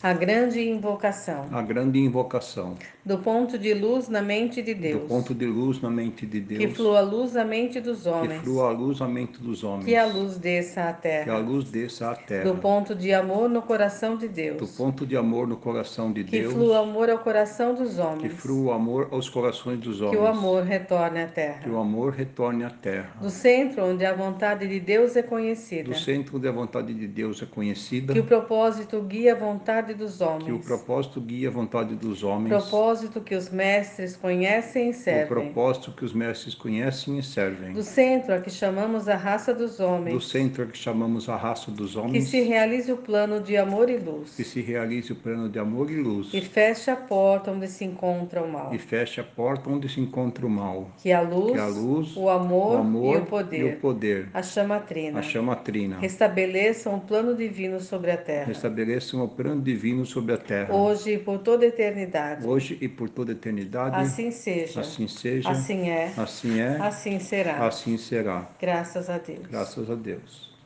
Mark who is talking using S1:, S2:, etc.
S1: A grande invocação
S2: a grande invocação
S1: do ponto de luz na mente de Deus.
S2: do ponto de luz na mente de Deus.
S1: Que flua a luz na mente dos homens.
S2: que flua a luz na mente dos homens.
S1: que a luz desça à terra.
S2: que a luz desça à terra.
S1: do ponto de amor no coração de Deus.
S2: Do ponto de amor no coração de
S1: que
S2: Deus.
S1: flua amor ao coração dos
S2: que
S1: homens.
S2: flua o amor aos corações dos homens.
S1: que o amor retorne à terra.
S2: que o amor retorne à terra.
S1: do centro onde a vontade de Deus é conhecida.
S2: Do centro onde a vontade de Deus é conhecida.
S1: que o propósito guia a vontade dos homens.
S2: que o propósito guia a vontade dos homens.
S1: propósito que os mestres conhecem e
S2: o
S1: servem.
S2: propósito que os mestres conhecem e servem.
S1: do centro a que chamamos a raça dos homens.
S2: Do centro é que chamamos a raça dos
S1: que
S2: homens.
S1: se realize o plano de amor e luz.
S2: que se realize o plano de amor e luz.
S1: e feche a porta onde se encontra o mal.
S2: e feche a porta onde se encontra o mal.
S1: que a luz,
S2: que é a luz,
S1: o amor,
S2: o amor
S1: e o poder,
S2: e o poder.
S1: a chama trina,
S2: A chama trina.
S1: restabeleçam o plano divino sobre a terra,
S2: Restabeleçam o plano um divino sobre a terra.
S1: hoje e por toda a eternidade.
S2: Hoje e por toda a eternidade.
S1: assim seja,
S2: Assim seja.
S1: Assim é,
S2: Assim é.
S1: assim será.
S2: Assim será.
S1: Graças a Deus.
S2: Graças a Deus.